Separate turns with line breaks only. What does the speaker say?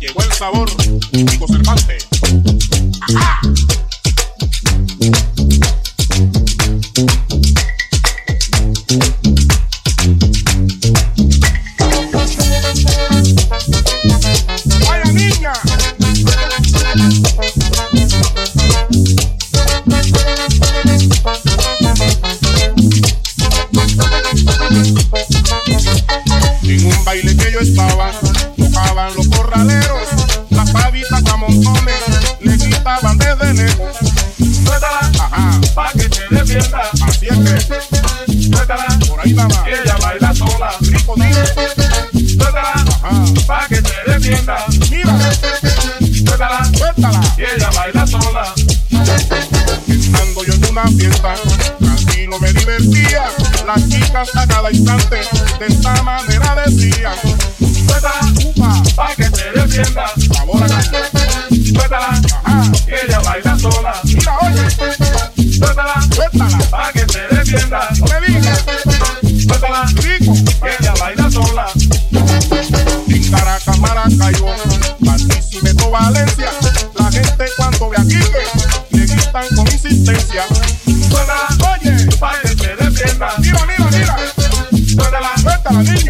Llegó el sabor, Nico Cervante. ¡Ajá! ¡Vaya niña! En un baile que yo estaba, tocaban los corraleros, las pavitas a montones, le gritaban desde lejos.
Suéltala,
Ajá,
pa' que se defienda.
así es que,
Suéltala,
por ahí va más.
que ella baila sola.
Rico, dice,
Suéltala,
ajá,
pa' que se defienda.
mira,
Suéltala,
suéltala.
que ella baila sola.
Estando yo en una fiesta, tranquilo me divertía. Las chicas a cada instante de esta manera decían:
Suéltala,
Upa,
pa' que se defienda.
sabor acá,
Suéltala,
ajá,
que ella baila sola.
mira, oye,
Suéltala,
suéltala,
pa' que se defienda.
no me digas,
Suéltala,
rico.
que ella baila sola.
En Caracas, Maracaibo, Barquisimeto, Valencia, la gente cuando ve a Quique le gritan con insistencia:
Suéltala,
Oye,
pa' que se defienda.
mira, mira, mira,
Suéltala,
suéltala, niño.